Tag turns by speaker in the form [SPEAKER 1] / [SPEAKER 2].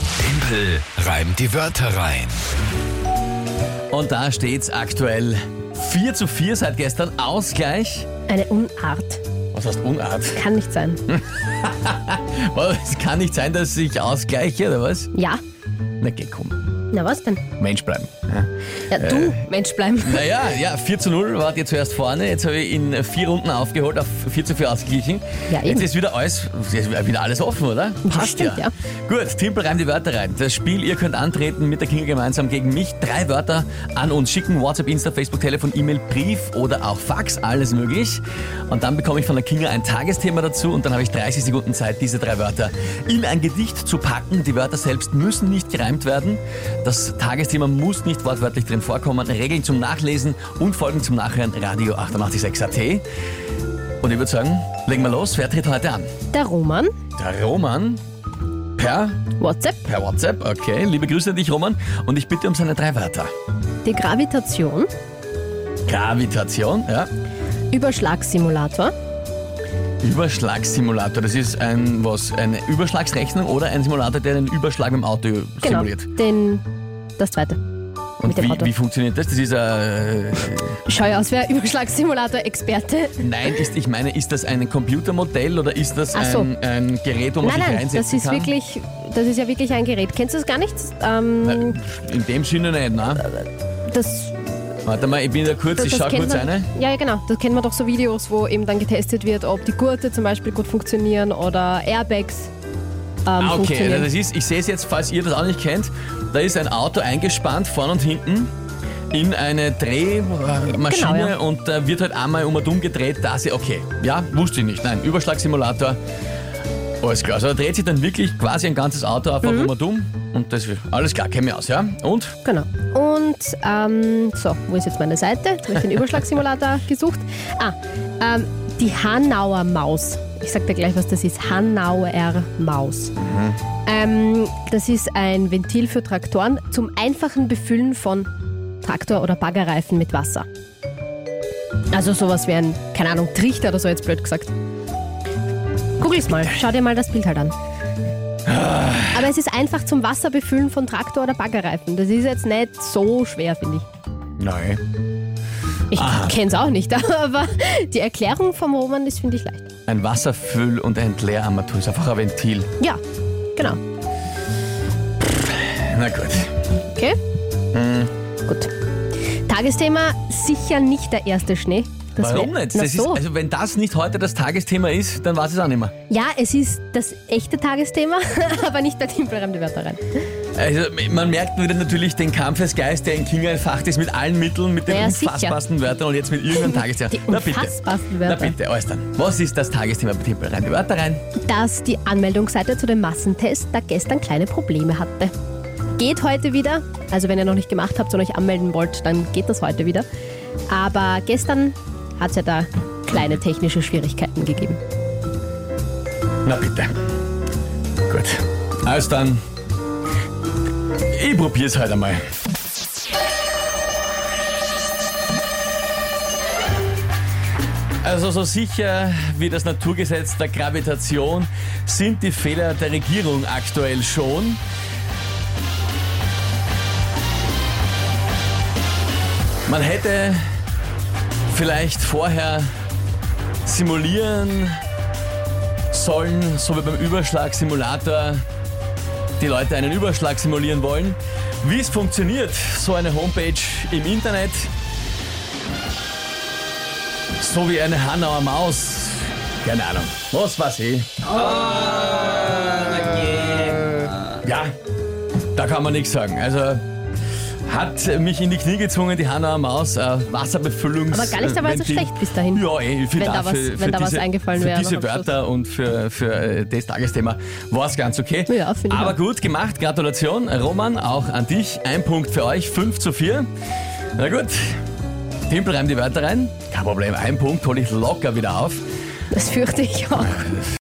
[SPEAKER 1] Stachel reimt die Wörter rein.
[SPEAKER 2] Und da steht's aktuell 4 zu 4 seit gestern. Ausgleich.
[SPEAKER 3] Eine Unart.
[SPEAKER 2] Was heißt Unart?
[SPEAKER 3] Kann nicht sein.
[SPEAKER 2] Hm? Oh, Es kann nicht sein, dass ich ausgleiche, oder was?
[SPEAKER 3] Ja.
[SPEAKER 2] Na geh, komm.
[SPEAKER 3] Na was denn?
[SPEAKER 2] Mensch bleiben.
[SPEAKER 3] Ja, du,
[SPEAKER 2] Äh.
[SPEAKER 3] Mensch, bleiben.
[SPEAKER 2] Naja, ja, 4 zu 0 wart ihr zuerst vorne. Jetzt habe ich in vier Runden aufgeholt, auf 4 zu 4 ausgeglichen.
[SPEAKER 3] Ja, eben.
[SPEAKER 2] Jetzt ist wieder alles, jetzt ist wieder alles offen, oder? Passt
[SPEAKER 3] stimmt, ja.
[SPEAKER 2] Gut, Timpel reimt die Wörter rein. Das Spiel, ihr könnt antreten mit der Kinga gemeinsam gegen mich. Drei Wörter an uns schicken. WhatsApp, Insta, Facebook, Telefon, E-Mail, Brief oder auch Fax, alles möglich. Und dann bekomme ich von der Kinga ein Tagesthema dazu und dann habe ich 30 Sekunden Zeit, diese drei Wörter in ein Gedicht zu packen. Die Wörter selbst müssen nicht gereimt werden. Das Tagesthema muss nicht wortwörtlich drin vorkommen. Regeln zum Nachlesen und Folgen zum Nachhören Radio 886 AT. Und ich würde sagen, legen wir los. Wer tritt heute an?
[SPEAKER 3] Der Roman,
[SPEAKER 2] Der Roman per
[SPEAKER 3] WhatsApp,
[SPEAKER 2] Per WhatsApp, okay. Liebe Grüße an dich, Roman. Und ich bitte um seine drei Wörter.
[SPEAKER 3] die Gravitation,
[SPEAKER 2] Gravitation, ja.
[SPEAKER 3] Überschlagssimulator,
[SPEAKER 2] Überschlagssimulator. Das ist ein, was, eine Überschlagsrechnung oder ein Simulator, der den Überschlag im Auto
[SPEAKER 3] genau,
[SPEAKER 2] simuliert.
[SPEAKER 3] den, das zweite.
[SPEAKER 2] Und
[SPEAKER 3] mit dem
[SPEAKER 2] wie,
[SPEAKER 3] Auto.
[SPEAKER 2] wie funktioniert das? Das ist ein,
[SPEAKER 3] Schau ja aus, wer Überschlagssimulator-Experte.
[SPEAKER 2] nein, ist, ich meine, ist das ein Computermodell oder ist das
[SPEAKER 3] Ach so.
[SPEAKER 2] ein, ein Gerät, wo man
[SPEAKER 3] Nein, nein,
[SPEAKER 2] sich
[SPEAKER 3] das
[SPEAKER 2] reinsetzen
[SPEAKER 3] ist
[SPEAKER 2] kann?
[SPEAKER 3] wirklich, das ist ja wirklich ein Gerät. Kennst du das gar nicht? Ähm,
[SPEAKER 2] Äh, In dem Sinne nicht, ne?
[SPEAKER 3] das,
[SPEAKER 2] Warte mal, ich bin da kurz,
[SPEAKER 3] das,
[SPEAKER 2] ich schau
[SPEAKER 3] kennt
[SPEAKER 2] kurz
[SPEAKER 3] man,
[SPEAKER 2] eine.
[SPEAKER 3] Ja, ja, genau. Das kennt man doch so Videos, wo eben dann getestet wird, ob die Gurte zum Beispiel gut funktionieren oder Airbags ähm,
[SPEAKER 2] Ah, okay,
[SPEAKER 3] funktionieren.
[SPEAKER 2] das ist, ich sehe es jetzt, falls ihr das auch nicht kennt, da ist ein Auto eingespannt, vorn und hinten, in eine Drehmaschine
[SPEAKER 3] Genau, ja.
[SPEAKER 2] und da wird halt einmal um und um gedreht, da sie, okay, ja, wusste ich nicht, nein, Überschlagssimulator, alles klar, also da dreht sich dann wirklich quasi ein ganzes Auto einfach
[SPEAKER 3] Mhm.
[SPEAKER 2] um und um und das, alles klar, käme aus, ja, und?
[SPEAKER 3] Genau. Und ähm, so, wo ist jetzt meine Seite? Jetzt habe ich den Überschlagssimulator gesucht. Ah, ähm, die Hanauer Maus. Ich sag dir gleich, was das ist. Hanauer Maus. Ähm, das ist ein Ventil für Traktoren zum einfachen Befüllen von Traktor- oder Baggerreifen mit Wasser. Also sowas wie ein, keine Ahnung, Trichter oder so jetzt blöd gesagt. Google's mal, schau dir mal das Bild halt an. Aber es ist einfach zum Wasserbefüllen von Traktor- oder Baggerreifen. Das ist jetzt nicht so schwer, finde ich.
[SPEAKER 2] Nein.
[SPEAKER 3] Ich kenne es auch nicht, aber die Erklärung vom Roman ist, finde ich, leicht.
[SPEAKER 2] Ein Wasserfüll- und ein Leerarmatur, ist einfach ein Ventil.
[SPEAKER 3] Ja, genau.
[SPEAKER 2] Na gut.
[SPEAKER 3] Okay?
[SPEAKER 2] Hm.
[SPEAKER 3] Gut. Tagesthema, sicher nicht der erste Schnee. Das
[SPEAKER 2] Warum
[SPEAKER 3] wär-
[SPEAKER 2] nicht?
[SPEAKER 3] Na
[SPEAKER 2] Das ist,
[SPEAKER 3] so.
[SPEAKER 2] also wenn das nicht heute das Tagesthema ist, dann weiß ich es auch nicht mehr.
[SPEAKER 3] ja, es ist das echte Tagesthema, aber nicht der Timpelreim der Wörter rein.
[SPEAKER 2] Also, man merkt wieder natürlich den Kampfesgeist, der in King entfacht ist, mit allen Mitteln, mit den
[SPEAKER 3] Ja, sicher.
[SPEAKER 2] unfassbarsten Wörtern und jetzt mit irgendeinem Tagesthema.
[SPEAKER 3] Die
[SPEAKER 2] Na bitte.
[SPEAKER 3] unfassbarsten
[SPEAKER 2] Na
[SPEAKER 3] Wörter.
[SPEAKER 2] bitte, alles dann. Was ist das Tagesthema bei Tippel rein? Die Wörter rein.
[SPEAKER 3] dass die Anmeldungsseite zu dem Massentest da gestern kleine Probleme hatte. Geht heute wieder. Also wenn ihr noch nicht gemacht habt und euch anmelden wollt, dann geht das heute wieder. Aber gestern hat es ja da kleine technische Schwierigkeiten gegeben.
[SPEAKER 2] Na bitte. Gut. Also dann. Ich probier's heute einmal. Also so sicher wie das Naturgesetz der Gravitation sind die Fehler der Regierung aktuell schon. Man hätte vielleicht vorher simulieren sollen, so wie beim Überschlagsimulator, die Leute einen Überschlag simulieren wollen. Wie es funktioniert, so eine Homepage im Internet, so wie eine Hanauer Maus. Keine Ahnung. Was weiß ich.
[SPEAKER 3] Oh,
[SPEAKER 2] Ja, da kann man nichts sagen. Also hat mich in die Knie gezwungen, die Hanauer Maus, äh, Wasserbefüllungs...
[SPEAKER 3] Aber gar nicht dabei so
[SPEAKER 2] Ventil.
[SPEAKER 3] schlecht bis dahin.
[SPEAKER 2] Ja, eh, ey, für
[SPEAKER 3] Wenn da was-
[SPEAKER 2] für,
[SPEAKER 3] wenn
[SPEAKER 2] für
[SPEAKER 3] da was
[SPEAKER 2] diese,
[SPEAKER 3] eingefallen
[SPEAKER 2] für
[SPEAKER 3] wäre
[SPEAKER 2] Diese
[SPEAKER 3] noch am
[SPEAKER 2] Wörter und für, für äh, das Tagesthema war es ganz okay.
[SPEAKER 3] Ja, finde ich
[SPEAKER 2] Aber
[SPEAKER 3] auch.
[SPEAKER 2] gut gemacht, Gratulation. Roman, auch an dich. Ein Punkt für euch, 5 zu 4. Na gut, Timpel reimt die Wörter rein. Kein Problem, ein Punkt hole ich locker wieder auf.
[SPEAKER 3] Das fürchte ich auch.